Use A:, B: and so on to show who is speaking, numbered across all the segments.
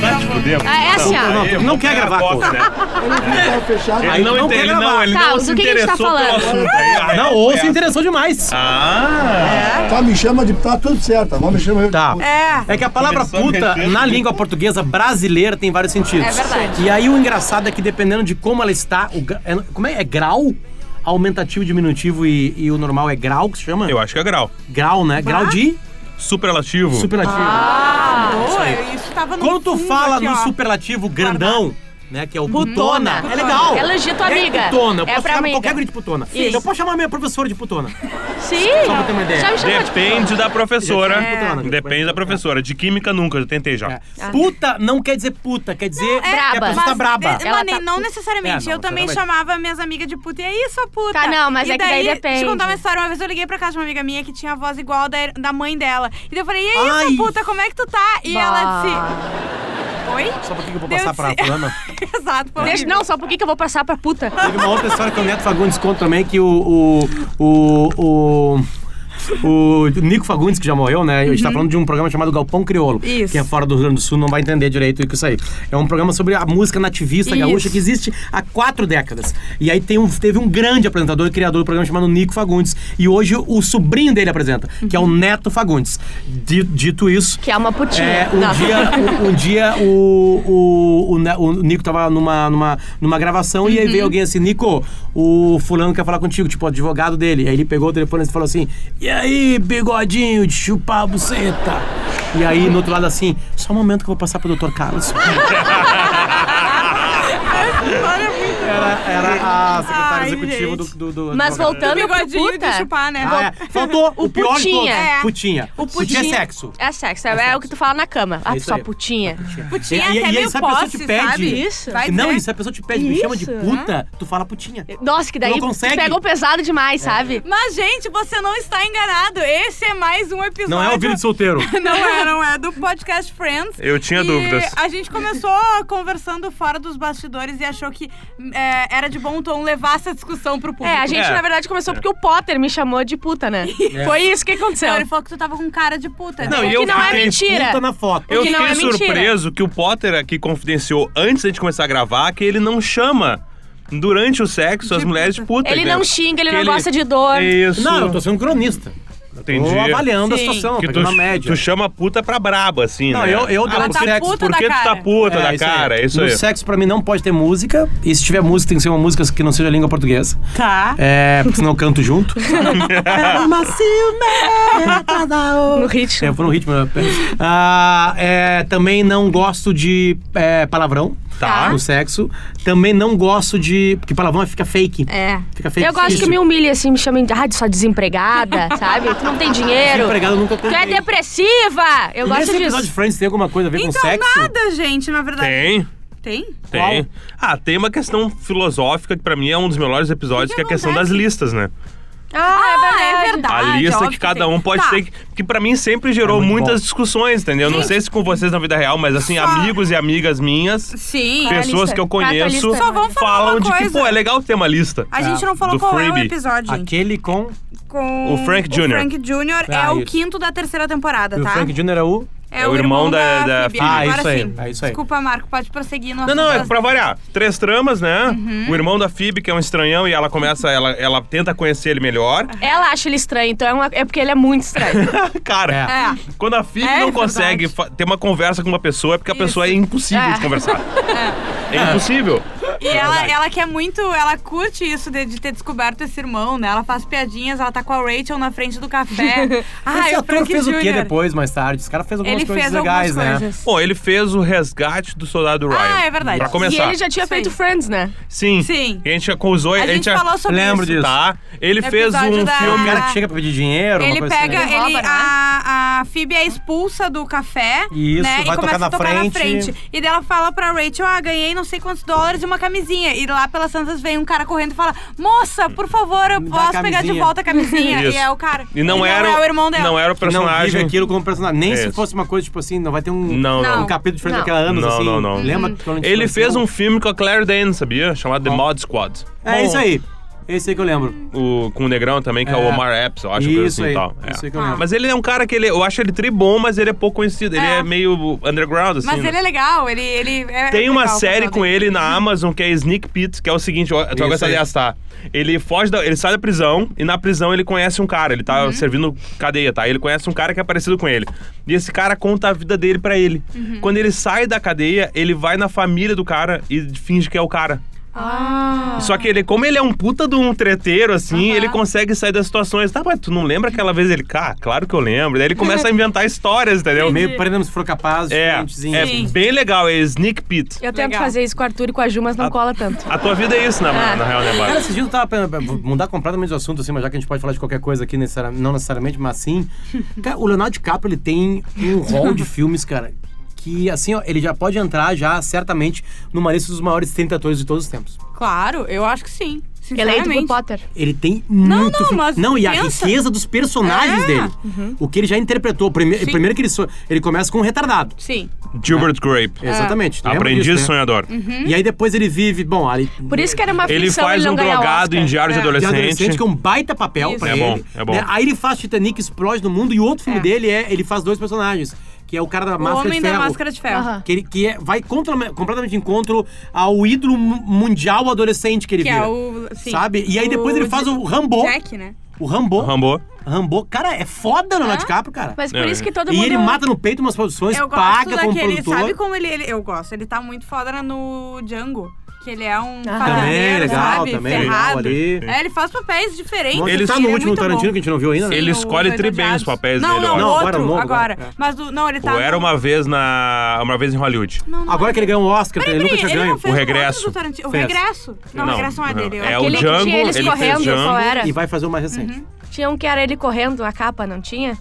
A: devo, devo.
B: Ah, essa é a-
A: Não, não, não quer gravar, pô.
C: Coca.
D: fechado.
C: né? Ele não,
B: não
C: entende,
B: quer
C: ele não,
B: gravar.
C: ele
B: Tá,
C: não
B: mas
C: se
B: do que que a gente tá
C: interessou pelo
B: falando?
C: assunto. Aí, aí,
A: Não, ou se interessou demais.
C: Ah,
D: Tá, me chama de. Tá tudo certo, agora me chama eu. de
A: Tá.
D: puta.
E: É.
A: É que a palavra
C: Começando
A: puta
C: mexendo.
A: na língua portuguesa brasileira tem vários sentidos.
B: É verdade.
A: E aí o engraçado é que dependendo de como ela está, o gra- é, como é, é grau? Aumentativo, diminutivo e, e o normal é grau que se chama?
C: eu Hum. acho que é grau.
A: Grau, né? Grau de
C: Superlativo.
A: superlativo.
E: Ah, boa. Isso tava no
A: Quando tu
E: fundo
A: fala
E: aqui,
A: no
E: ó.
A: superlativo grandão, né? Que é o putona.
B: Putona.
A: É legal.
B: É legito amiga.
A: É putona. Eu
B: É
A: posso
B: pra
A: chamar
B: amiga.
A: qualquer grito de putona. Eu posso chamar minha professora de putona.
B: Sim.
A: Só pra ter uma ideia.
B: Já me chamou de
C: Depende da professora.
A: Já
B: É.
A: tinha putona, já.
C: Depende da professora. De química nunca, eu tentei já.
A: É. Puta não quer dizer puta, quer dizer que a
B: braba.
A: pessoa tá
E: Mas
A: braba.
E: de-
B: Ela
E: não, nem-
B: tá
E: não
B: puta.
E: necessariamente.
A: É, não,
E: eu também
A: exatamente.
E: chamava minhas amigas de puta. E aí, sua puta?
B: Tá, não, mas
E: E
B: é que daí
E: Deixa
B: depende.
E: eu contar uma história. Uma vez eu liguei pra casa de uma amiga minha que tinha a voz igual da, da mãe dela. E daí eu falei, e aí,
A: Ai.
E: sua puta, como é que tu tá? E
B: Bah.
E: ela disse, oi?
A: Só pra que eu vou
E: Daí
A: passar pra
E: disse-
A: fulana?
E: Exato. foi
B: Deixa,
E: horrível.
B: não, só por que que eu vou passar pra puta?
A: Teve uma outra história que o Neto Fagundes conta também, que o. O. O. o, o Nico Fagundes, que já morreu, né? A gente tá falando de um programa chamado Galpão Criolo.
E: Isso.
A: Quem é fora do Rio Grande do Sul não vai entender direito o que isso aí. É um programa sobre a música nativista
B: Isso.
A: gaúcha que existe há quatro décadas. E aí tem um, teve um grande apresentador e criador do programa chamado Nico Fagundes. E hoje o sobrinho dele apresenta, que é o Neto Fagundes. Di- dito isso,
B: Que é uma putinha.
A: é, um,
B: Não.
A: dia, um, um dia o, o, o, Ne- o Nico tava numa, numa, numa gravação e aí veio alguém assim, Nico, o fulano quer falar contigo, tipo, o advogado dele. Aí ele pegou o telefone e falou assim, e aí, bigodinho de chupar a buceta? E aí, no outro lado assim, só um momento que eu vou passar pro Dr. Carlos.
E: Olha, muito
A: Era, era a secretária
E: Ai,
A: executiva do,
E: gente.
A: do, do...
B: Mas
A: advogado.
B: voltando pro
E: bigodinho
B: puta...
E: de chupar, né?
A: Ah, é. Faltou o,
B: O
A: pior de todos.
B: putinha.
E: É.
A: Putinha.
E: O
A: é
E: putinha.
A: sexo.
B: É sexo, é, é o que tu fala na cama. Ah,
A: É
B: tu
A: isso
B: só
A: aí.
B: putinha.
E: Putinha
A: e, e,
E: até
A: e
E: meio
A: aí, se a pessoa te
E: posse,
A: pede.
E: sabe?
B: Isso.
E: Vai
A: não,
E: dizer.
A: e se a pessoa te pede, me chama de
B: Isso,
A: puta, tu fala putinha.
B: Nossa, que daí
A: Tu não
B: tu
A: consegue. É.
B: pegou pesado demais, sabe?
E: Mas, gente, você não está enganado. Esse é mais um episódio.
A: Não é o vídeo de solteiro.
E: Não é, não é. Do podcast Friends.
C: Eu tinha
E: E
C: dúvidas.
E: A gente começou conversando fora dos bastidores e achou que é, era de bom tom levar essa discussão pro público.
B: É, a gente
C: É.
B: na verdade começou porque o Potter me chamou de puta, né?
A: É.
B: Foi isso que aconteceu.
E: Então, ele falou que tu tava com cara de puta.
C: Não,
E: né?
C: e
B: que
C: eu
B: não é
C: fiquei
B: mentira.
A: Puta na foto.
C: Eu
B: que não
C: fiquei
B: é mentira.
C: surpreso que o Potter aqui confidenciou antes da gente começar a gravar que ele não chama durante o sexo as mulheres de puta.
B: Ele
C: entendeu?
B: não xinga, ele
C: Que
B: não gosta de dor.
C: Isso.
A: Não, eu tô sendo cronista.
C: Entendi.
A: Tô avaliando
E: Sim.
A: a situação,
C: que tu,
A: pegando a média.
C: tu chama a puta pra braba, assim,
A: Não,
C: né?
A: eu- eu
C: ah,
A: durante
C: porque,
A: o sexo-
E: Puta
C: porque
E: da
C: tu tá
E: cara.
C: puta da
A: isso aí.
C: cara, é isso
A: no
C: aí.
A: sexo, pra mim, não pode ter música. E se tiver música, tem que ser uma música que não seja língua portuguesa.
E: Tá.
A: É, porque senão eu canto junto.
B: é No ritmo.
A: É, foi no ritmo. né? Ah, é, também não gosto de é, palavrão.
C: Tá.
A: No sexo. Também não gosto de. Porque palavrão fica fake.
B: É.
A: Fica fake.
B: Eu gosto que
A: difícil.
B: me humilhe assim, me chamem de ah, de sua desempregada, sabe? Tu não tem dinheiro.
A: Empregado nunca
B: Tu é
A: contei.
B: depressiva! Eu gosto
A: Esse
B: disso.
A: episódio de Friends tem alguma coisa a ver
E: Então,
A: com sexo?
E: nada, gente, na verdade.
C: Tem,
E: Tem?
C: tem. Ah, tem uma questão filosófica que pra mim é um dos melhores episódios, que
E: Fique
C: é
E: à
C: a questão das
E: vontade.
C: listas, né?
B: Ah, é
E: Ah,
B: verdade.
E: é verdade.
C: a lista
E: óbvio
C: que cada um
E: tem.
C: pode
E: Tá.
C: ter, que pra mim sempre gerou
A: É muito
C: muitas
A: bom.
C: discussões, entendeu? Não sei se com vocês na vida real, mas assim, amigos e amigas minhas,
E: Sim.
B: Qual é a
C: pessoas
B: lista?
C: que eu
B: Qual é a tua
C: conheço,
B: lista? Só
E: vamos falar
C: falam
E: uma
C: de que,
E: coisa.
C: pô, é legal ter uma lista.
E: A gente não falou
C: Ah, Do
E: qual é o
C: Freebie.
E: episódio.
A: Aquele com.
E: Com
C: O Frank
E: O
C: Jr..
E: Frank Jr. é
A: Ah,
E: o
A: isso.
E: quinto da terceira temporada,
A: O
E: tá?
A: Frank Jr. é o.
E: É o irmão da, da, Phoebe.
C: Phoebe.
A: Ah,
E: Agora
A: isso aí,
E: sim.
A: é isso aí.
E: Desculpa, Marco, pode prosseguir no
C: Não, não, é
E: assunto.
C: pra variar. Três tramas, né?
E: Uhum.
C: O irmão da Phoebe, que é um estranhão, e ela começa, ela, ela tenta conhecer ele melhor.
B: Ela acha ele estranho, então é, uma- é porque ele é muito estranho.
C: Cara,
E: É.
C: quando a Phoebe
E: É
C: não
E: verdade.
C: consegue fa- ter uma conversa com uma pessoa, é porque a pessoa é
E: Isso.
C: impossível
B: É.
C: de conversar. É, impossível.
E: E É
A: É
E: ela, ela quer muito, ela curte isso de, de ter descoberto esse irmão, né? Ela faz piadinhas, ela tá com a Rachel na frente do café. Ah,
A: Esse
E: é o
A: ator
E: Frank
A: fez o quê
E: Jr.
A: depois, mais tarde? Esse cara fez algumas
E: Ele
A: coisas
E: fez
A: legais, né?
E: algumas coisas.
C: Bom, ele fez o resgate do soldado Ryan.
E: Ah, é verdade.
C: Pra
B: e
C: começar.
B: ele já tinha
E: Isso
B: feito
E: aí.
B: Friends, né?
C: Sim.
E: Sim.
C: A gente acusou,
E: A gente falou sobre
A: Lembro
E: isso.
A: disso.
C: Tá. Ele
E: No
C: fez
E: episódio
C: um
E: da-
A: O
C: filme.
A: cara que chega pra pedir dinheiro,
E: Ah. Ele
A: uma coisa
E: pega,
A: assim.
B: Ele rouba,
E: ele,
B: né?
E: a, a Phoebe é expulsa do café,
A: Isso,
E: né?
A: vai
E: e começa
A: tocar
E: a
A: na
E: tocar na
A: frente.
E: frente. E daí ela fala pra Rachel, ah, ganhei não sei quantos dólares e uma camisinha. E lá pelas santas vem um cara correndo e fala, moça, por favor, eu
A: Me dá a
E: posso pegar de
A: camisinha."
E: volta a camisinha.
C: Isso.
E: E é o cara.
C: E não,
E: E
C: era,
E: não é o irmão dela.
C: Não era o
A: Que Não vive
C: personagem.
A: aquilo como personagem. Nem se
C: Isso.
A: fosse uma coisa, tipo assim, não vai ter um,
C: Não, não.
A: um capítulo diferente
B: Não.
A: daquela anos,
C: Não,
A: assim.
C: não, não.
E: Hum.
A: Lembra? quando a gente
C: Ele um
A: conheceu?
C: fez um filme com a Claire Danes, sabia? Chamado The Mod Squad.
A: É isso aí. Esse aí que eu lembro.
C: O, com o Negrão também, que é, o
A: É.
C: Omar Epps, eu acho. coisa
A: Isso
C: assim, e
A: aí,
C: Tal.
A: isso
C: É.
A: aí que eu
E: Ah.
A: lembro.
C: Mas ele é um cara que ele, eu acho ele tri bom, mas ele é pouco conhecido. Ele é,
E: É.
C: meio underground, assim.
E: Mas
C: né?
E: ele é legal, ele. ele é
C: Tem uma
E: legal o
C: série
E: papel
C: com
E: dele.
C: ele na Amazon que é Sneak Pit, que é o seguinte, ó, tu vai
A: Isso
C: gostar de
A: aí.
C: gastar. Ele foge da, ele sai da prisão e na prisão ele conhece um cara, ele tá
E: Uhum.
C: servindo cadeia, tá? Ele conhece um cara que é parecido com ele. E esse cara conta a vida dele pra ele.
E: Uhum.
C: Quando ele sai da cadeia, ele vai na família do cara e finge que é o cara.
E: Ah.
C: Só que ele, como ele é um puta de um treteiro, assim,
E: Aham.
C: ele consegue sair das situações. Tá, mas tu não lembra aquela vez ele, cara, claro que eu lembro. Daí ele começa a inventar histórias, entendeu?
A: Meio prendemos se for capaz,
C: É,
A: diferentezinho.
C: é
E: Sim.
C: bem legal, é Sneak Pit.
B: Eu tento
E: Legal.
B: fazer isso com o Arthur e com a Ju, mas não
C: Ah.
B: cola tanto.
C: A tua vida é isso, na,
B: É.
C: na real, né,
A: Cara,
C: Bárbara?
A: esses dias eu tava pensando, vou mudar completamente o assunto, assim, mas já que a gente pode falar de qualquer coisa aqui, necessari- não necessariamente, mas sim. Cara, o Leonardo DiCaprio, ele tem um rol de filmes, cara, que, assim, ó, ele já pode entrar, já, certamente, numa lista dos maiores 30 atores de todos os tempos.
E: Claro, eu acho que sim.
B: é Eleito por
E: Sinceramente.
B: Potter.
A: Ele tem muito
E: não,
A: filme.
E: mas
A: não, e a
E: pensa-
A: riqueza dos personagens
E: É.
A: dele. O que ele já interpretou. Prime...
E: Sim.
A: Primeiro que ele, so- ele começa com um retardado.
E: Sim.
C: Gilbert
E: É.
B: É.
C: Grape.
A: Exatamente. lembra
C: Aprendiz
A: disso, né?
C: sonhador.
E: Uhum.
A: E aí depois ele vive, bom, ali.
B: Por Uhum. isso que era uma
C: Ele
B: ficção
C: faz
B: ele não
C: um
B: ganhar
C: drogado
B: Oscar.
C: em Diário de
E: É.
A: de
C: Adolescente.
A: adolescente, que é um baita papel
E: Isso.
A: pra
C: É
A: ele.
C: bom, é bom.
A: né? Aí ele faz Titanic, explode no mundo, e outro filme
E: É.
A: dele é. Ele faz dois personagens. Que é o cara da
E: O
A: máscara de
E: homem
A: ferro.
E: da máscara de ferro.
B: Aham.
A: Que, ele, que é, vai contra- completamente de encontro ao ídolo mu- mundial adolescente que ele
E: Que
A: vira.
E: é o. Sim.
A: Sabe? E aí depois
E: O
A: ele faz o Rambo.
E: Jack, né?
A: O Rambo.
C: Rambo.
A: Rambo. Cara, é foda Leonardo
E: Ah.
A: DiCaprio, cara.
B: Mas por
C: Não,
B: isso que todo
A: e
B: mundo...
A: ele mata no peito umas produções,
E: Eu gosto
A: paga como
E: daquele.
A: produtor.
E: Sabe como ele, ele- Eu gosto. Ele tá muito foda no Django. Que ele é um
B: Ah.
A: Também,
E: fazendeiro,
A: legal,
E: sabe?
A: também, legal
E: Ferrado.
A: ali.
E: É, ele faz papéis diferentes.
A: Nossa,
C: Ele
A: tá
E: assim,
A: no
E: é
A: último
E: muito
A: Tarantino
E: bom.
A: que a gente não viu ainda?
E: Sim,
C: Ele
E: o
C: escolhe
E: Dois
C: tri bem
E: Odiados.
C: os papéis
E: não,
C: dele, eu
E: Não,
A: acho.
E: não,
A: Não,
E: outro
A: agora o
E: agora.
A: novo, agora, é.
E: Mas do, não, ele tá
C: Ou era
E: no-
C: uma vez na. Uma vez em Hollywood.
A: né? Agora que ele ganhou o Oscar,
E: Peraí,
A: ele nunca
E: peraí,
A: tinha
E: ele
A: ganho.
E: não fez
C: O
E: um
C: Regresso.
E: outro do Tarantino. O
A: Fez.
E: regresso? Não, o regresso não é dele. eu
C: É
E: acho.
C: o
B: Aquele que
C: Django,
B: tinha eles
C: ele fez
B: correndo, qual
C: Django.
E: Uhum.
B: era?
A: E vai fazer o mais recente.
B: Tinha um que era ele correndo, a capa, não tinha?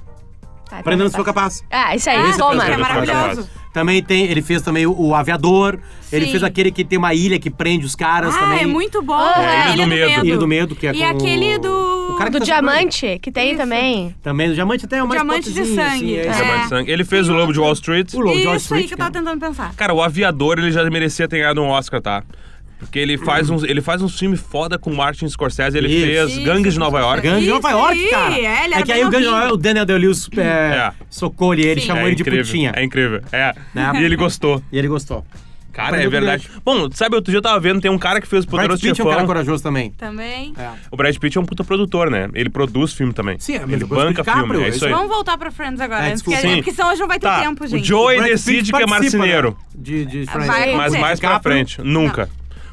B: Tá,
A: Prendendo se
B: então
A: for
B: tá.
A: capaz.
B: Ah, isso aí,
E: Ah,
B: toma.
E: que é maravilhoso.
A: Também tem, ele fez também o, o Aviador. Ele
E: Sim.
A: fez aquele que tem uma ilha que prende os caras
E: Ah,
A: também.
E: é muito bom.
B: Ah,
E: né?
B: é.
E: Ilha
C: Ilha do Medo.
A: Ilha do Medo, que é
E: E
A: com
E: aquele
A: o-
E: do-
A: o cara que
B: Do
A: tá
B: diamante, que tem também.
A: segurando- Também, o diamante até é o mais
E: Diamante de
A: popzinho, assim,
E: sangue.
A: é isso.
E: É.
C: Diamante de Sangue. Ele fez o Lobo de Wall Street.
A: O Lobo de Wall
E: Isso aí
A: Street,
E: que eu tava
A: cara.
E: tentando pensar.
C: Cara, o Aviador ele já merecia ter ganhado um Oscar, tá? Porque ele faz
B: Uhum.
C: uns, ele faz uns filmes foda com Martin Scorsese. Ele
A: Isso.
C: fez
E: Isso,
C: Gangues de Nova York.
A: Gangue de Nova
E: Isso
A: York,
E: aí,
A: cara.
E: é, ele era
A: que
E: bem
A: aí o Gangue de
E: novinho.
A: Nova York, o Daniel Day-Lewis é,
C: É.
A: socou ele, ele
E: Sim.
A: chamou
C: é
A: ele de
C: incrível,
A: putinha.
C: É incrível. É.
A: Né?
C: E ele gostou.
A: E ele gostou.
C: Cara, é
A: Aprendeu com
C: verdade. Bom, sabe, outro dia eu tava vendo, tem um cara que fez o
A: Brad
C: Poderoso
A: Pitt é um
C: Chefão.
A: cara corajoso também.
E: Também.
C: O Brad Pitt é um puta produtor, né? Ele produz filme também.
A: Sim, é, mas
C: ele
A: depois
C: banca
A: do DiCaprio,
C: filme. É
A: é
C: isso
A: isso
C: aí.
E: Vamos voltar pra Friends agora.
A: É,
E: antes que-
A: desculpa.
E: é, porque senão hoje não vai ter
C: Tá,
E: tempo,
C: o
E: gente.
C: Joey- Ou ele
A: Brad Pitt
C: decide que é
A: participa,
C: marceneiro.
A: né? De, de Friends.
E: Vai
C: Mas
E: acontecer.
C: mais pra
A: DiCaprio?
C: frente, nunca.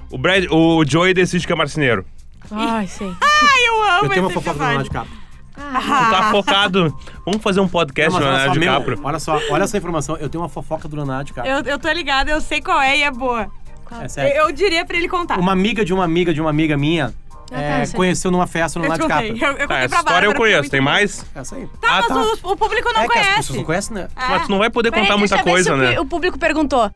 C: O, Brad, o Joey decide que é marceneiro.
B: Ai, sei.
E: Ai, eu amo
A: Eu tenho uma
E: esse
A: fofoca do
E: episódio.
A: Leonardo DiCaprio.
E: Ah,
C: Tá focado. Vamos fazer um podcast
A: Não,
C: do
A: mas olha
C: Leonardo
A: só, meu,
C: DiCaprio.
A: olha só, olha essa informação. Eu tenho uma fofoca do Leonardo DiCaprio.
E: eu, eu tô ligada, eu sei qual é e é boa.
A: É sério.
E: Eu, eu diria pra ele contar.
A: Uma amiga de uma amiga de uma amiga minha
B: Ah,
A: é,
B: tá, isso aí.
A: conheceu numa festa no
E: eu te
A: Leonardo
E: contei.
A: DiCaprio.
E: Eu, eu
C: Tá,
E: contei
C: essa
E: pra
C: história eu
E: Bárbara, porque é
C: conheço.
E: muito
C: Tem
E: boa.
C: mais?
A: Essa aí.
E: Tá,
C: Ah,
E: mas o, o público não
A: é que as
E: conhece.
A: pessoas não conhecem, né?
E: É.
C: Mas tu não vai poder
B: Peraí,
C: contar muita
B: deixa eu ver se
C: coisa,
B: o pi-
C: né?
B: O público perguntou.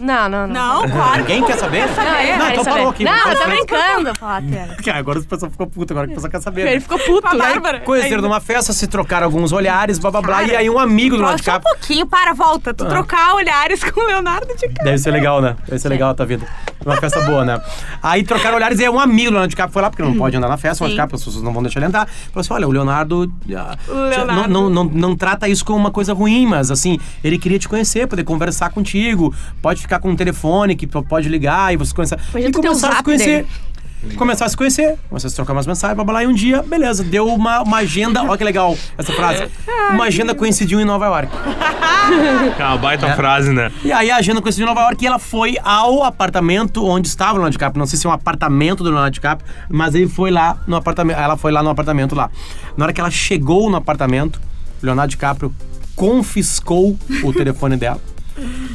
B: Não, não, não.
E: Não, claro. que
A: Ninguém quer saber?
E: Quer Ah, é? saber?
B: Não, eu
A: Não,
B: quero
A: então
B: saber.
A: parou aqui.
B: Não, eu tô
A: Não,
B: brincando, Potter.
A: Cara, É agora as pessoas ficam putas, agora que a pessoa quer saber.
B: Ele
A: né?
B: ficou puto.
E: Com a
B: né?
E: Bárbara.
A: Conheceram
E: Ainda.
A: numa festa, se trocaram alguns olhares, blá blá blá,
E: Cara,
A: e aí um amigo do Leonardo
E: Só um
A: DiCaprio.
E: pouquinho, para, volta. Tu trocar olhares com o Leonardo DiCaprio.
A: Deve ser legal, né? Deve ser legal a tua vida. Uma festa boa, né? Aí trocaram olhares e aí um amigo do Leonardo DiCaprio foi lá, porque não
B: Hum.
A: pode andar na festa, o Leonardo DiCaprio, as pessoas não vão deixar ele entrar. Falou assim: olha, o Leonardo. ah, Não,
E: Leonardo.
A: não, não, não trata isso como uma coisa ruim, mas assim, ele queria te conhecer, poder conversar contigo, pode ficar com um telefone que p- pode ligar e você conversar.
B: Imagina
A: e
B: tu ter um
A: começaram a se
B: zap
A: conhecer.
B: dele.
A: Começar a se conhecer, começar a se trocar umas mensagens, blá blá, blá, e um dia, beleza, deu uma, uma agenda, olha que legal essa frase. Uma agenda coincidiu em Nova York.
C: É uma baita frase, né?
A: E aí a agenda conhecida de Nova York e ela foi ao apartamento onde estava o Leonardo DiCaprio. Não sei se é um apartamento do Leonardo DiCaprio, mas ele foi lá no apartamento. Ela foi lá no apartamento lá. Na hora que ela chegou no apartamento, o Leonardo DiCaprio confiscou o telefone dela.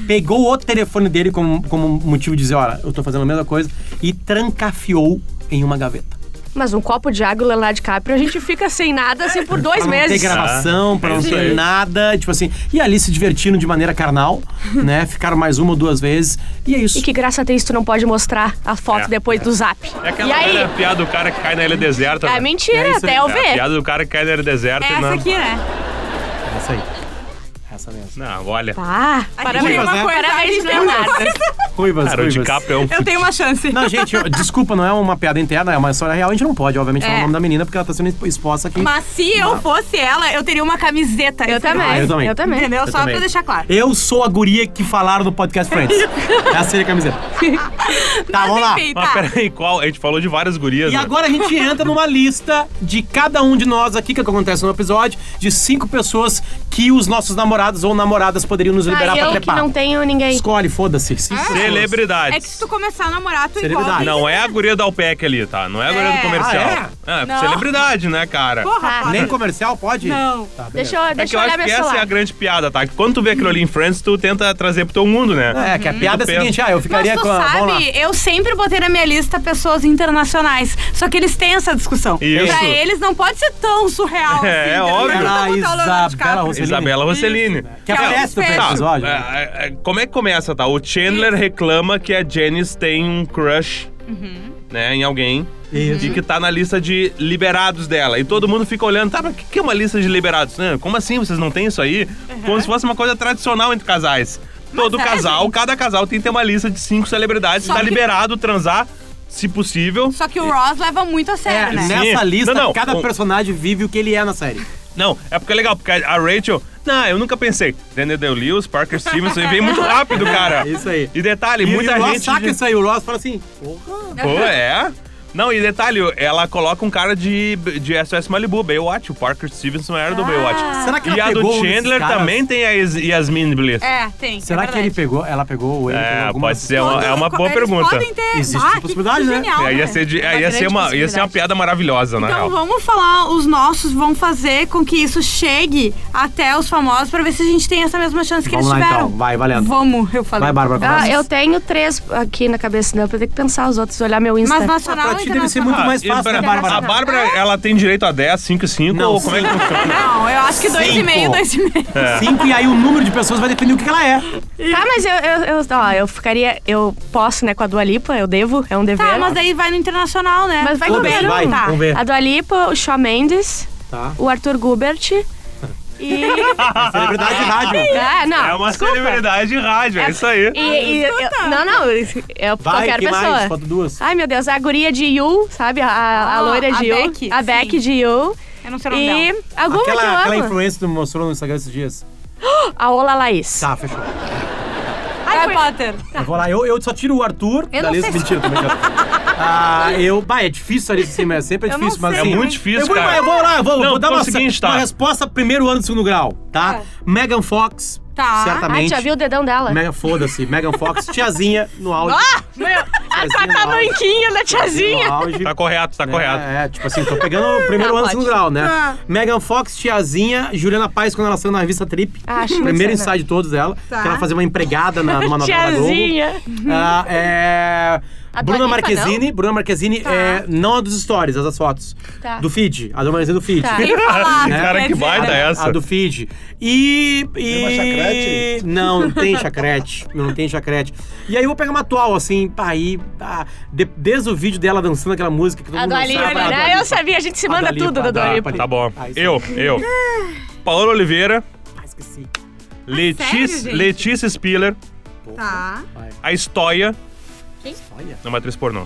A: Pegou o telefone dele como, como motivo de dizer, olha, eu tô fazendo a mesma coisa, e trancafiou em uma gaveta.
B: Mas um copo de água e o Leonardo DiCaprio, a gente fica sem nada assim por dois
A: Pra não ter
B: meses.
A: gravação, pra
C: é
A: não
C: isso
A: ter
C: aí.
A: nada, tipo assim. E ali se divertindo de maneira carnal, né? Ficaram mais uma ou duas vezes, e é isso.
B: E que graça tem isso, tu não pode mostrar a foto
C: É.
B: depois do zap.
C: É aquela
B: e aí?
C: velha piada do cara que cai na ilha deserta.
B: É
C: né?
B: mentira,
A: É isso aí.
B: até eu
C: É
B: ver.
C: a piada do cara que cai na ilha deserta.
E: É
C: não.
E: essa aqui, né?
A: Essa aí. Essa mesmo.
C: Não, olha.
B: Ah,
E: Aqui tem
C: Tá.
B: parabéns,
A: né?
E: uma coisa, a
B: Tá. parabéns
E: né, gente tem uma
B: Leonardo.
A: Ruivas,
C: Cara, o
A: ruivas.
C: DiCaprio é um...
E: Eu tenho uma chance.
A: Não, gente, eu- desculpa, não é uma piada interna, é uma história real. A gente não pode, obviamente, falar
E: É.
A: o nome da menina, porque ela tá sendo exposta aqui.
E: Mas se eu fosse ela, eu teria uma camiseta.
B: Eu também.
A: Ah, eu também.
B: Eu também.
E: Entendeu?
A: Eu
E: Só
A: também.
E: pra deixar claro.
A: Eu sou a guria que falaram no podcast Friends. Essa seria a camiseta. Tá,
E: Mas
A: vamos lá.
E: enfim,
C: Mas
E: tá.
C: peraí, qual? A gente falou de várias gurias,
A: E
C: né?
A: agora a gente entra numa lista de cada um de nós aqui, que é o que acontece no episódio, de cinco pessoas que os nossos namorados ou namoradas poderiam nos liberar
B: Ah,
A: pra
B: eu que
A: trepar.
B: não tenho ninguém.
A: Escolhe, foda-se.
E: Ah.
A: Cinco pessoas.
C: Celebridades.
E: É que se tu começar a namorar, tu
A: Seriedade.
E: envolve...
C: Não é a guria da Alpec ali, tá? Não é a guria
E: É.
C: do comercial.
A: Ah,
C: é?
E: Não.
C: celebridade, né, cara?
E: Porra,
B: Ah.
E: Fábio.
A: Nem comercial pode?
E: Não.
A: Tá, beleza.
B: Deixa eu,
C: É que
B: deixa
C: eu
B: eu
C: acho
B: olhar
C: que
B: meu
C: essa é a
B: celular.
C: grande piada, tá? Quando tu vê aquilo ali em Friends, tu tenta trazer pro teu mundo, né?
A: É, que a piada é a
C: pensa.
A: seguinte, ah, eu
E: Mas
A: ficaria
E: tu
A: com a... vamos lá.
E: sabe, eu sempre botei na minha lista pessoas internacionais. Só que eles têm essa discussão.
C: Isso.
E: Pra eles não pode ser tão surreal.
C: É,
E: assim,
C: é
E: entendeu?
C: óbvio.
E: Não
A: Era
E: botar o Leonardo
A: Isabela
E: DiCaprio.
A: Rossellini.
C: Isabela Rossellini.
A: Que
E: Que é
A: aparece no
E: um
A: primeiro
E: inferno.
A: episódio. né?
C: Tá. É, é, como é que começa, tá? O Chandler reclama que a Janice tem um crush,
E: Uhum.
C: né, em alguém.
A: Isso.
C: E que tá na lista de liberados dela. E todo mundo fica olhando, tá, mas o que, que é uma lista de liberados? Né? Como assim? Vocês não têm isso aí?
E: Uhum.
C: Como se fosse uma coisa tradicional entre casais. Todo
E: é,
C: casal, cada casal tem que ter uma lista de cinco celebridades.
E: Só
C: tá
E: que-
C: liberado transar, se possível.
E: Só que o Ross leva muito a
A: É,
E: sério, né?
A: nessa
C: Sim.
A: lista,
C: Não, não.
A: cada
C: O-
A: personagem vive o que ele é na série.
C: Não, é porque é legal, porque a Rachel. Não, eu nunca pensei. Daniel Day-Lewis, Parker Stevenson, e vem muito rápido, cara.
A: É isso aí.
C: E detalhe,
A: E,
C: muita
A: e o Ross
C: gente.
A: saca
C: de-
A: isso aí, o Ross fala assim, porra...
C: Pô, é? Não, e detalhe, ela coloca um cara de, de SOS Malibu, Baywatch. O Parker Stevenson era do Baywatch.
A: Será que
C: E
A: ela
C: a do
A: pegou um desses
C: Chandler
A: caras?
C: também tem a Is- Yasmin Bliss.
E: É, tem.
A: Será
E: é
A: que ele
E: verdade.
A: pegou, ela pegou ou ele pegou
C: É,
A: alguma
C: pode ser, é uma, é uma boa
E: Eles
C: pergunta.
E: Podem ter.
A: Existe
E: ah,
A: essa
E: que-
A: possibilidade,
E: que
A: né?
E: Genial,
C: É, ia,
E: né?
C: ser de- é, ia,
B: grande
C: ser uma, ia ser uma
B: possibilidade.
C: piada maravilhosa, na real.
E: Então vamos falar, os nossos vão fazer com que isso chegue até os famosos pra ver se a gente tem essa mesma chance que
A: Vamos
E: eles
A: lá,
E: tiveram.
A: então. Vai, valendo.
E: Vamos, eu falei.
A: Vai, Bárbara,
B: Ah,
A: começa.
B: eu tenho três aqui na cabeça, né? Eu vou ter que pensar os outros, olhar meu Insta.
E: Mas nacional
A: Pra
E: e
A: ti deve ser
E: internacional?
A: muito mais
C: e
A: fácil, né,
C: pra-
A: Bárbara?
C: A Bárbara, ela tem direito a 10, 5 e 5?
A: Não,
C: ou como é que funciona?
E: Não, eu acho que dois e
A: Cinco.
E: meio, dois e meio.
C: É.
A: Cinco, e aí o número de pessoas vai definir o que que ela é.
B: Tá, mas eu, eu, eu, ó, eu ficaria. Eu posso, né, com a Dua Lipa, eu devo, é um dever.
E: Tá, mas daí vai no internacional, né?
B: Mas vai
A: Tudo
B: com
A: bem,
B: qualquer
A: vai,
B: um. tá.
A: vamos ver.
B: A Dua Lipa, o Shawn Mendes,
A: Tá.
B: o Arthur Gubert e.
A: Celebridade de rádio.
E: Ah,
B: é, não.
C: É uma
B: desculpa.
C: celebridade de rádio, é isso aí.
B: E, e-
E: Então
B: eu-
E: tá.
B: não, não, é
A: Vai,
B: qualquer
A: que
B: pessoa.
A: mais? Falta duas.
B: Ai, meu Deus, a guria de Yu, sabe? A, a- a
E: Ah,
B: loira de Yu.
E: a Beck,
B: a
E: sim.
B: Beck de Yu.
E: Eu não sei o nome
B: E
E: dela.
B: alguma que eu
A: Aquela, aquela
B: amo.
A: influência que tu me mostrou no Instagram esses dias.
B: A Ola Laís.
A: Tá, fechou.
E: Harry Potter.
A: Eu vou lá, eu, eu só tiro o Arthur
E: Eu
A: da
E: não
A: lista.
E: sei se-
A: Mentira, também. Ah, eu. Bah, é difícil a lista assim, mas sempre é
E: Eu não
A: difícil, mas
E: sei.
A: assim,
C: É muito difícil,
A: eu vou,
C: cara.
A: Eu vou lá, eu vou,
C: Não,
A: vou dar
C: então é
A: uma,
C: o seguinte, tá.
A: uma resposta primeiro ano do segundo grau, tá?
E: É.
A: Megan Fox,
E: Tá.
B: Ai, tu
A: certamente.
B: já Ah, viu o dedão dela? Ah,
A: Megan, foda-se, Megan Fox, tiazinha no auge. Tiazinha no
B: A
A: auge,
B: banquinha da
A: tiazinha no
B: tiazinha.
A: auge.
C: Tá correto, tá correto.
A: É, é, tipo assim, tô pegando o primeiro
B: Tá,
A: ano do
B: pode.
A: segundo grau, né?
E: Ah.
A: Megan Fox, tiazinha, Juliana Paz, quando ela saiu na revista Trip.
B: Ah, acho muito
A: primeiro
B: certo.
A: ensaio de todos dela.
E: Tá.
A: Que ela fazia uma empregada na, numa novela da Globo.
B: Tiazinha.
A: Ah, é...
B: A Dua
A: Bruna
B: Lipa,
A: Marquezine, Bruna Marquezine é não a dos stories, as das fotos.
B: Tá.
A: Do feed, a do Marquezine do feed.
B: Tá.
E: Sem falar.
C: Cara,
E: quer
C: que
E: dizer,
C: baita
E: né?
C: essa.
A: A do feed. E. e...
D: uma chacrete?
A: Não, não tem chacrete. não tem chacrete. E aí eu vou pegar uma atual, assim, pá, aí. pá, de- desde o vídeo dela dançando aquela música que todo
B: A
A: mundo
B: Dua
A: dançava,
B: Lipa,
A: a Dua
B: né? Eu
A: Lipa.
B: sabia, a gente se
A: A Dua
B: manda
A: Lipa,
B: tudo
A: a
B: da
A: Dua
B: Dua
A: Lipa.
B: Lipa.
C: Tá bom.
A: Ah, isso
C: Eu, eu. Paola Oliveira,
A: Ah, esqueci.
E: sério,
C: Letícia,
E: gente?
C: Letícia Spiller,
E: Tá.
C: a Estoia,
A: Olha.
C: é uma atriz pornô.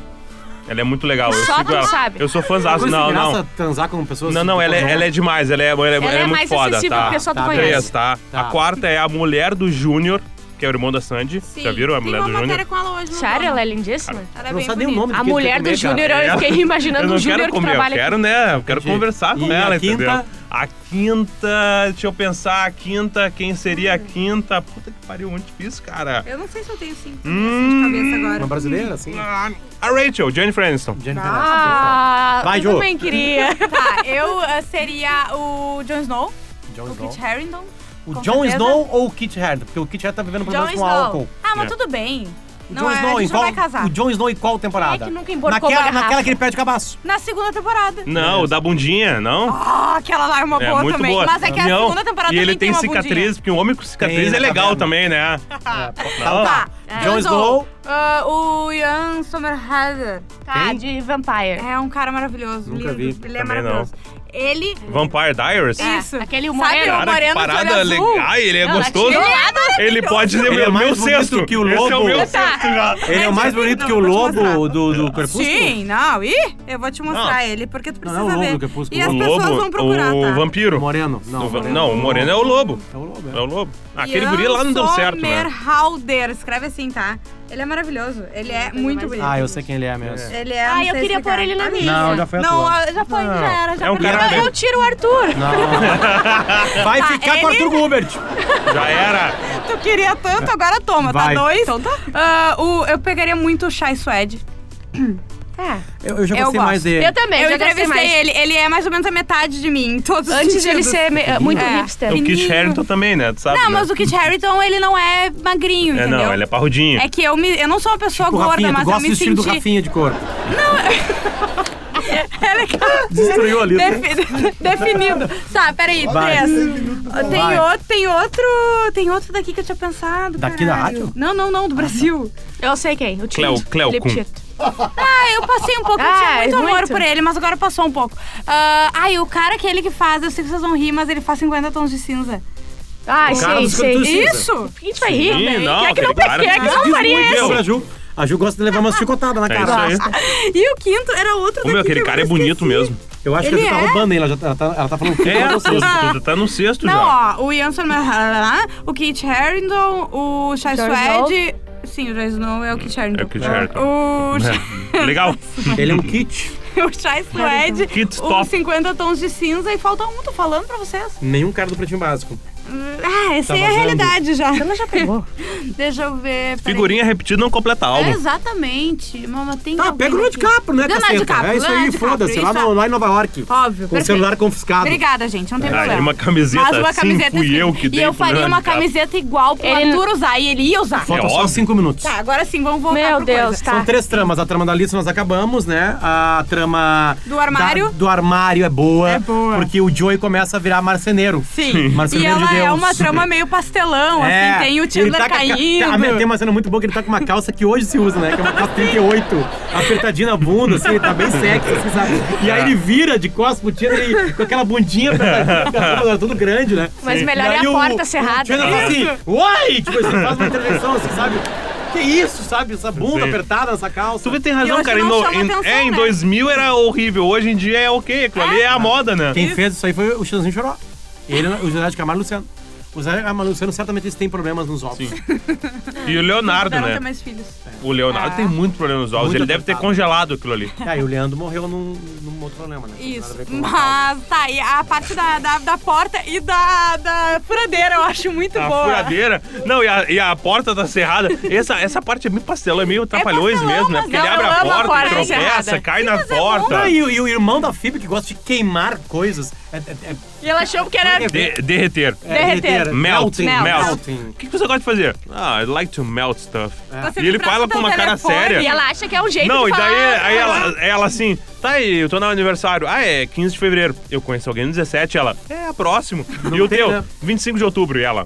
C: Ela é muito legal. Eu
B: Só
C: sigo
B: tu
C: ela.
B: sabe.
C: Eu sou fãzaço.
A: Coisa
C: Não,
A: sem é graça
C: não.
A: transar com pessoas.
C: Não, não, ela é, ela é demais. Ela é, ela é, ela
B: é
C: é muito
B: mais
C: foda,
B: acessível
C: tá?
B: porque só tu
A: Tá,
B: conhece.
C: Três, tá?
A: Tá.
C: A quarta é a mulher do Júnior, que é o irmão da Sandy.
E: Sim.
C: Já viram a mulher
E: Tem
C: do
E: uma matéria
C: Júnior?
E: com ela hoje.
B: Sério, ela é lindíssima.
E: Ela é
A: Eu não
E: bem
A: sabe nem o
E: bonita.
A: nome
B: A
A: que ele
B: mulher
A: quer
B: do
A: comer, cara.
B: Júnior, eu
C: Ela-
B: fiquei
C: Eu
B: imaginando
C: não
B: um Júnior
C: quero
B: que
C: comer, eu
B: trabalha.
C: quero, né? Eu quero
A: Entendi.
C: conversar com
A: E a
C: ela,
A: quinta?
C: entendeu? A quinta, deixa eu pensar, a quinta, quem seria a quinta? Puta que pariu, muito difícil, cara.
E: Eu não sei se eu tenho cinco assim, de
C: Hum.
E: cabeça agora.
A: Uma brasileira, assim?
C: Ah, A Rachel, Jennifer Aniston.
A: Jennifer Aniston,
B: Ah,
A: Vai, Ju.
B: eu também queria.
E: Tá, eu eh, seria o Jon Snow,
A: John
E: o
A: Snow.
E: Kit Harington.
A: O
E: com
A: Jon
E: certeza.
A: Snow ou o Kit Harington? Porque o Kit Harington tá vivendo problemas
E: Jon
A: com álcool.
E: Snow. Ah, mas
C: É.
E: tudo bem.
A: O
E: Não,
A: Jon
E: é,
A: Snow
E: a
A: em
E: gente não vai
A: qual?
E: casar.
A: O Jon Snow em qual temporada?
B: É que nunca emborcou
A: naquela,
B: uma garrafa.
A: naquela que ele perde o cabaço.
E: Na segunda temporada.
A: É.
C: Não, o da bundinha, não?
E: Ah, aquela lá é uma
C: Hum. É
E: boa
C: muito
E: também.
C: boa.
E: Mas é que a
C: Não,
E: segunda temporada
C: E ele
E: também
C: tem
E: uma
C: cicatriz, porque um homem com cicatriz
A: Tem,
C: é legal
A: tá vendo?
C: também, né?
A: Então
E: Tá.
A: Jon Snow.
E: Ah, o Ian Somerhalder.
B: Tá,
A: Quem?
B: de Vampire.
E: É um cara maravilhoso.
A: Nunca
E: lindo.
A: vi.
E: Ele é
C: Também
E: maravilhoso. Ele.
C: Vampire Diaries?
E: É,
B: Isso. Aquele humor
E: Sabe o
B: era-
C: Cara, que
E: moreno de olho
C: parada
E: azul? tá
C: legal. Ai, ele é
B: Não,
C: gostoso.
B: aquele
C: Ele pode ser
A: Ele é
C: meu,
A: mais
C: meu
A: bonito
C: sexto.
A: que o
C: Esse é o
A: lobo.
C: meu
A: Tá.
C: sexto já.
A: Ele é o mais bonito
E: Não,
A: que o
E: vou te
A: lobo
E: mostrar.
A: do, do Crepúsculo?
E: Sim, não. Ih, eu vou te mostrar
C: Não.
E: ele, porque tu
A: Não,
E: precisa
A: é o lobo do
E: ver.
A: Crepúsculo.
E: E as
C: O
E: pessoas
C: lobo,
E: vão procurar,
C: o
E: tá?
C: vampiro.
A: Moreno.
C: O
A: Não,
C: va- Não, o moreno é o lobo.
A: É o lobo,
C: É
A: é.
C: o lobo. Ah, Aquele guri lá não deu certo, né?
E: Sommerhalder, escreve assim, tá? Ele é maravilhoso. Ele é muito bonito.
A: Ah, eu sei quem ele é mesmo.
E: Ele é,
B: Ah, eu
E: não sei
B: queria
E: explicar.
B: pôr ele na minha.
A: Não, já foi a
E: Não,
A: tua.
E: ah, já foi, já era, já
C: É um
E: perdi.
C: cara
E: Eu-
B: Eu tiro o Arthur.
A: Não. Vai ficar com o
E: Ah, ele-
A: Arthur Gubert.
C: Já era.
E: Tu queria tanto, agora toma,
A: Vai.
E: tá dois? Então tá. o, eu pegaria muito o Chai Suede.
B: É.
A: Eu, eu já
E: Eu
A: gostei mais
E: gosto.
A: dele.
B: Eu também,
E: Eu
B: já gostei
E: entrevistei
B: mais.
E: ele, ele é mais ou menos a metade de mim, em todos os
B: Antes de ele
E: sentidos.
B: ser me- muito
E: É.
B: hipster.
C: O Kit
E: Menino.
C: Harington também, né? Tu sabe,
E: Não,
C: né?
E: mas o Kit Harington, ele não é magrinho,
C: É,
E: entendeu?
C: não, ele é parrudinho.
E: É que eu, me, eu não sou uma pessoa
A: O
E: gorda,
A: Tipo, Rafinha, tu
E: mas eu
A: gosta
E: me
A: do estilo do
E: senti...
A: Rafinha de cor.
E: É legal.
A: Destruiu ali.
E: Defi- definido. Tá, peraí,
A: Vai.
E: três. Tem
A: Vai.
E: outro, tem outro. Tem outro daqui que eu tinha pensado.
A: Daqui da
E: caralho.
A: rádio?
E: Não, não, não, do Brasil.
B: Eu sei quem. O é
C: Cleo-
B: Tito.
C: Cleo
B: Felipe
C: Kuhn.
B: Tito.
E: Ah, eu passei um pouco, eu tinha
B: Ah,
E: muito
B: é
E: amor
B: muito.
E: por ele, mas agora passou um pouco. Ah, ai, o cara aquele que faz, eu sei que vocês vão rir, mas ele faz 50 tons de cinza.
B: Ai,
A: O cara
B: sei,
A: dos
B: sei.
A: cantos- Cinza.
E: Isso!
B: A gente vai rir.
C: Sim,
B: né?
C: não,
B: Quem é que não,
C: aquele
B: quem é que
C: cara-
B: não
C: Diz
B: faria
C: muito,
B: isso?
C: eu-
A: Sobre a Ju. A Ju gosta de levar umas chicotadas na
C: É isso
A: cara.
C: aí.
E: E o quinto era outro
C: Ô,
E: daqui.
C: meu, aquele
E: que eu
C: cara é
E: esqueci.
C: bonito mesmo.
A: Eu acho que
E: Ele
A: a Ju tá
E: é?
A: roubando ele. Ela, já tá, ela tá- ela tá falando que
C: É,
A: ela
C: tu,
A: tá sendo-
C: tu- tu tá no sexto
E: Não,
C: já.
E: ó, o Ian Somerhalder, o Kit Harington, o Chai
B: Jon
E: Suede... Sim, o Jon Snow é o Kit Harington.
C: É o Kit Harington.
E: O Chai-
C: Legal.
A: Ele é um kit.
E: o Chai Suede,
C: Kids
E: o
C: top.
E: 50 Tons de Cinza e falta um, tô falando pra vocês.
A: Nenhum cara do Pretinho Básico.
E: Ah,
A: Tá
E: essa aí é a
A: vazando.
E: realidade já.
B: Ela já pegou.
E: Deixa eu ver. peraí.
C: Figurinha repetida não completa
E: É,
C: álbum.
E: exatamente. Mama, tem
A: Tá,
E: alguém
A: pega o Leonardo
E: aqui.
A: DiCaprio, né,
E: Leonardo
A: caceta?
E: DiCaprio,
A: É isso aí,
E: Leonardo
A: foda-se. Lá,
E: DiCaprio,
A: no- lá em Nova York.
E: Óbvio,
A: Com o
E: é- perfeito.
A: celular confiscado.
E: Obrigada, gente. Não tem
C: Ah,
E: problema.
C: e uma camiseta
E: Mas uma
C: assim,
E: camiseta
C: fui eu que
E: E
C: dei
E: eu
C: pro
E: faria uma
C: Leonardo DiCaprio.
E: camiseta igual pro
B: Ele-
E: Arthur usar e ele ia usar.
A: Faltam
C: É
A: só
C: óbvio.
A: cinco minutos.
E: Tá, agora sim, vamos voltar
B: Meu
E: pro
B: Deus,
E: coisa.
B: tá.
A: São três tramas. A trama da Alice nós acabamos, né? A trama...
E: Do armário.
A: da- do armário é boa.
E: É boa.
A: Porque o Joey começa a virar marceneiro.
E: Sim. E
A: Marceneiro de
E: ela é
A: Deus.
E: uma trama meio pastelão, assim. Tem o
A: ele
E: Chandler
A: tá com a ca-
E: caindo.
A: Tem uma cena muito boa que ele tá com uma calça que hoje se usa, né? Que é uma calça 38, apertadinha na bunda, assim, ele tá bem sexy, assim, sabe? E aí ele vira de costas pro Chandler e- com aquela bundinha apertadinha, com a roupa dela tudo grande, né?
B: Mas
A: E
B: melhor é
A: aí
B: a
A: o-
B: porta
A: o
B: cerrada.
A: Chandler fala assim, uai! Tipo, ele faz uma intervenção, assim, sabe? Que isso, sabe? Essa bunda
C: Sim.
A: apertada, essa calça.
C: Tu vê, tem
E: E
C: razão,
E: hoje
C: cara.
E: não
C: em no-
E: chama
C: em-
E: atenção,
C: é, em
E: né?
C: 2000 era horrível. Hoje em dia é ok. Aquilo ali é a moda, né?
A: Quem fez isso aí foi o Chãozinho Choró. Ele, o José de Camargo e Luciano. O José de Camargo e Luciano certamente eles têm problemas nos ovos.
C: Sim. E o Leonardo,
E: Não
C: né?
E: tem mais filhos.
C: O Leonardo
E: Ah.
C: tem muito problema nos olhos.
A: Muito
C: Ele deve ter
A: apertado.
C: congelado aquilo ali.
A: E aí o Leandro morreu num, num outro problema, né?
E: Isso.
A: Nada a ver com o caldo.
E: Mas tá, e a parte da, da, da porta e da, da furadeira eu acho muito
C: A
E: boa.
C: furadeira. Não, e a, e a porta tá cerrada. Essa, essa parte é meio pastelão, é meio trapalhões
E: pastelão,
C: mesmo, né?
E: mas
C: Porque
E: não,
C: ele abre
E: eu
C: a
E: amo a
C: porta,
E: porta
C: tropeça,
E: cerrada.
C: cai na porta.
A: Ah, e, o- e o irmão da Phoebe que gosta de queimar coisas. É, é- é-
B: E ela achou que era...
C: De- derreter.
A: é derreter.
C: Melt, melt.
A: melting.
C: O que que você gosta de fazer? Ah, I like to melt stuff.
E: É. Você
C: E ele
E: me presta
C: fala com
E: teu
C: uma cara
E: telefone,
C: séria.
B: E ela acha que é um jeito
C: Não,
B: de
C: e daí
E: "Ah,
B: falar.
C: aí ela, ela assim, tá aí, eu tô no aniversário. Ah, é 15 de fevereiro. Eu conheço alguém no 17, ela, é próximo. e o
A: tem,
C: teu?
A: né? Hum, é.
C: 25 de outubro, e ela.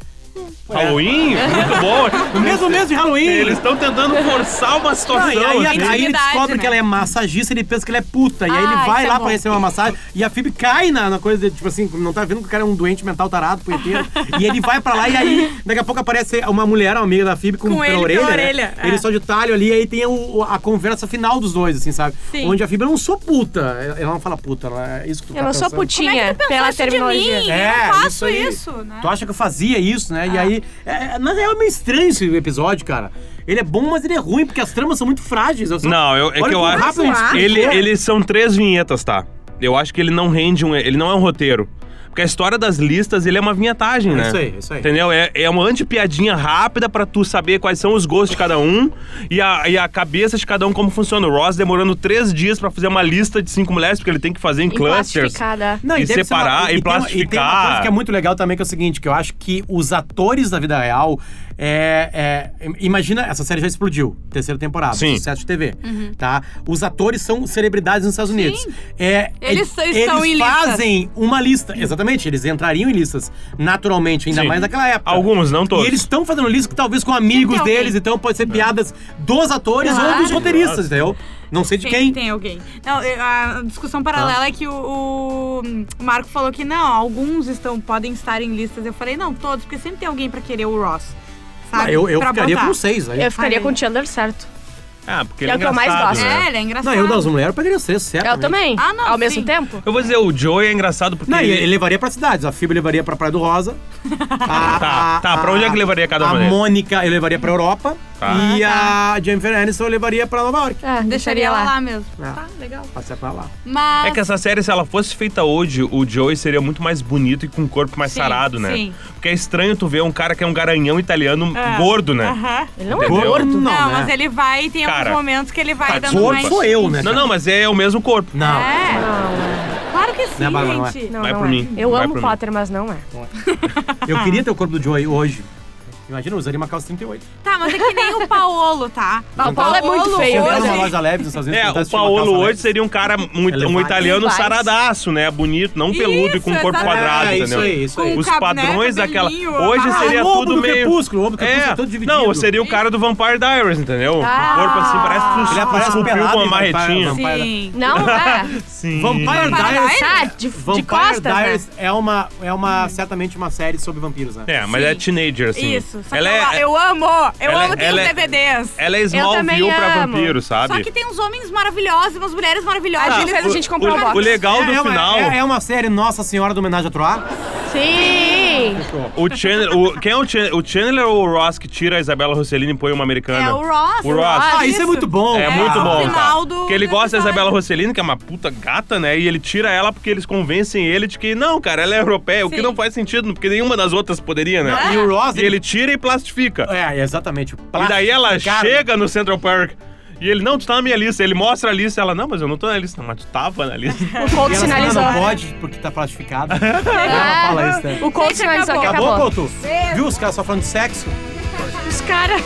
C: Halloween? Muito bom.
A: No mesmo mês de Halloween.
C: Eles estão tentando forçar uma situação.
A: Ah, e aí, aí
C: assim.
A: ele
E: Intimidade,
A: descobre
E: né?
A: que ela é massagista, ele pensa que ela é puta. E aí ele
E: Ah,
A: vai
E: isso é
A: lá
E: bom.
A: pra receber uma massagem. E a Phoebe cai na, na coisa de, tipo assim, não tá vendo que o cara é um doente mental tarado, punheteiro. e ele vai pra lá e aí, daqui a pouco aparece uma mulher, uma amiga da Phoebe, com,
E: Com
A: pela
E: ele pela
A: orelha. né?
E: orelha, é.
A: Ele só de talho ali, aí tem o- o- a conversa final dos dois, assim, sabe?
E: Sim.
A: Onde a Phoebe, eu não sou puta. Ela- Ela não fala puta, ela, é isso que tu
B: Eu
A: tá
B: não sou
A: pensando.
B: putinha,
E: Como é que tu pensou
B: pela
E: isso de mim?
B: terminologia.
E: Eu não faço
A: É, aí.
E: isso, né?
A: Tu acha que eu fazia isso, né? E aí. É, é, na real, é meio estranho esse episódio, cara. Ele é bom, mas ele é ruim, porque as tramas são muito frágeis. Eu só-
C: Não, eu- é
A: Olha
C: que eu
A: como
C: acho.
A: rápido eles ficam.
C: Ele, eles são três vinhetas, tá? Eu acho que ele não rende um. Ele não é um roteiro. Porque a história das listas, ele é uma vinhetagem, né?
A: isso aí, é isso aí.
C: Entendeu? É, é uma antipiadinha rápida pra tu saber quais são os gostos de cada um e a, e a cabeça de cada um, como funciona. O Ross demorando três dias pra fazer uma lista de cinco mulheres, porque ele tem que fazer em clusters.
B: Plastificada.
A: Não,
C: e
A: deve ser
C: separar, e
A: tem uma- tem uma
C: plastificar.
A: coisa que é muito legal também, que é o seguinte, que eu acho que os atores da vida real, É, é, imagina, essa série já explodiu, terceira temporada,
C: Sim.
A: sucesso de TV,
E: Uhum.
A: tá? Os atores são celebridades nos Estados Unidos. É,
E: Eles
A: é-
E: estão
A: eles
E: em listas.
A: fazem uma lista, exatamente, eles entrariam em listas naturalmente, ainda
C: Sim.
A: mais naquela época.
C: Alguns, não todos.
A: E eles estão fazendo lista que talvez com amigos
E: Sempre alguém.
A: deles, então pode ser piadas dos atores ou
E: Claro.
A: dos roteiristas, entendeu? Não sei de
E: Tem,
A: quem. Tá.
E: tem alguém. Não, eu- a discussão paralela é que o, o- o Marco falou que não, alguns estão, podem estar em listas. Eu falei, não, todos, porque sempre tem alguém pra querer o Ross.
A: Ah,
E: Sabe?
A: eu eu
E: Pra
A: ficaria
E: botar.
A: com seis aí.
B: Eu ficaria
E: Ai.
B: com o Chandler certo.
C: Ah, porque ele
B: É
C: é,
B: o que eu mais
C: engraçado,
B: gosto.
C: né?
E: É, ele é engraçado.
A: Não, eu das mulheres eu pegaria seis, certo?
B: Eu também.
E: Ah, não,
B: Ao
E: sim.
B: mesmo tempo?
C: Eu vou dizer, o Joey é engraçado porque
A: Não, e
C: ele...
A: ele levaria pra cidades. A Phoebe levaria pra Praia do Rosa. A-
C: Tá, tá, pra onde é que levaria cada uma
A: A
C: deles?
A: Mônica eu levaria pra Europa.
C: Tá.
A: E
E: Ah,
A: a Jennifer Aniston eu levaria pra Nova York.
E: É.
B: Ah,
E: Deixaria ela lá mesmo.
A: Ah.
E: Tá, legal.
A: Passar pra lá.
E: Mas.
C: É que essa série, se ela fosse feita hoje, o Joey seria muito mais bonito e com um corpo mais
E: Sim,
C: sarado, né?
E: sim.
C: Porque é estranho tu ver um cara que é um garanhão italiano
E: É.
C: gordo, né?
E: Aham.
B: Ele não é
C: Entendeu?
B: gordo.
A: Não,
E: Não,
A: né?
E: mas ele vai e tem
C: Cara,
E: alguns momentos que ele vai
C: tá,
E: dando
C: desculpa.
E: mais.
A: Sou eu, né?
C: Não, não, mas é o mesmo corpo.
A: Não.
E: É,
B: Não,
E: claro que sim,
A: Né, Bárbara, não é?
E: gente.
B: não,
C: Vai
B: não
C: por
B: é.
C: mim.
B: Eu
C: Vai
B: amo
C: por
B: Potter, mas não é.
A: Eu queria ter o corpo do Joey hoje. Imagina, eu usaria uma calça 38.
E: Tá, mas é que nem o Paolo, tá?
B: Ah, o Paolo é muito
A: Se
B: feio,
A: eu
B: né?
A: tivesse uma
E: hoje-
A: loja leve nos Estados
C: É,
A: Unidos,
C: o
A: tentasse tirar uma
C: Paolo
A: calça
C: hoje
A: leve.
C: seria um cara, muito, um
A: Elevado.
C: italiano
B: Levi's.
C: saradaço, né? Bonito, não peludo e com um
E: Isso,
C: corpo
E: exatamente.
C: quadrado,
A: É, isso
C: entendeu?
A: aí, isso aí. É
E: Com
C: Os
E: cab- né,
C: padrões daquela.
E: cabelinho,
C: Hoje
E: ah,
C: seria
A: o ombro
C: tudo
A: do
C: meio.
A: crepúsculo, o ombro do crepúsculo é todo dividido.
C: Não, seria o cara do Vampire Diaries, entendeu?
B: Ah.
C: o corpo assim, parece que
A: Ele
C: tu
A: aparece
C: subiu
A: pelado
C: com uma
A: em Vampire-
C: marretinha.
A: Vampire-
E: Sim.
C: né?
B: Não é.
C: Sim.
A: Vampire Diaries...
B: Tá, de, de
A: Vampire
B: costas,
A: Diaries
B: né?
A: é uma, é uma certamente uma série sobre vampiros, né?
C: É, mas
E: Sim.
C: é teenager, assim.
E: Isso. Só
C: ela
E: que
C: é,
E: eu, eu amo! Eu
C: ela é-
E: amo ter os
C: ela é-
E: DVDs.
C: ela é
B: também
C: Smallville pra
B: amo.
C: vampiro, sabe?
E: Só que tem uns homens maravilhosos, umas mulheres maravilhosas.
B: Ah,
E: Eles-
B: fez a gente comprar
C: o,
B: um box.
C: o legal do
A: é, uma-
C: final,
A: É, é uma série Nossa Senhora do Homenagem a Troá.
B: Tá Sim.
C: o Chandler... O, quem é o Chandler? O Chandler ou o Ross que tira a Isabela Rossellini e põe uma americana?
E: É o Ross.
C: O Ross.
A: Ah, isso é muito bom.
C: É
A: cara.
C: muito
E: o
C: bom,
E: final
C: cara.
E: do-
C: Porque ele
E: do
C: gosta da
E: episódio.
C: Isabela Rossellini, que é uma puta gata, né? E ele tira ela porque eles convencem ele de que, não, cara, ela é europeia, o que
E: Sim.
C: não faz sentido, porque nenhuma das outras poderia, né?
A: Não, e o Ross,
C: E ele tira e plastifica.
A: É, exatamente. O
C: e daí ela
A: plastificado.
C: chega no Central Park e ele, não, tu tá na minha lista. Ele mostra a lista, ela, não, mas eu não tô na lista. Não, mas tu tava na lista.
B: O
A: E
B: Couto
A: ela fala,
B: sinalizou.
A: não pode, porque tá plastificado. ela fala isso, né?
B: O Couto
E: Gente, acabou.
B: sinalizou que
A: Acabou,
B: acabou.
A: Couto? Viu os caras só falando de sexo?
B: Os caras.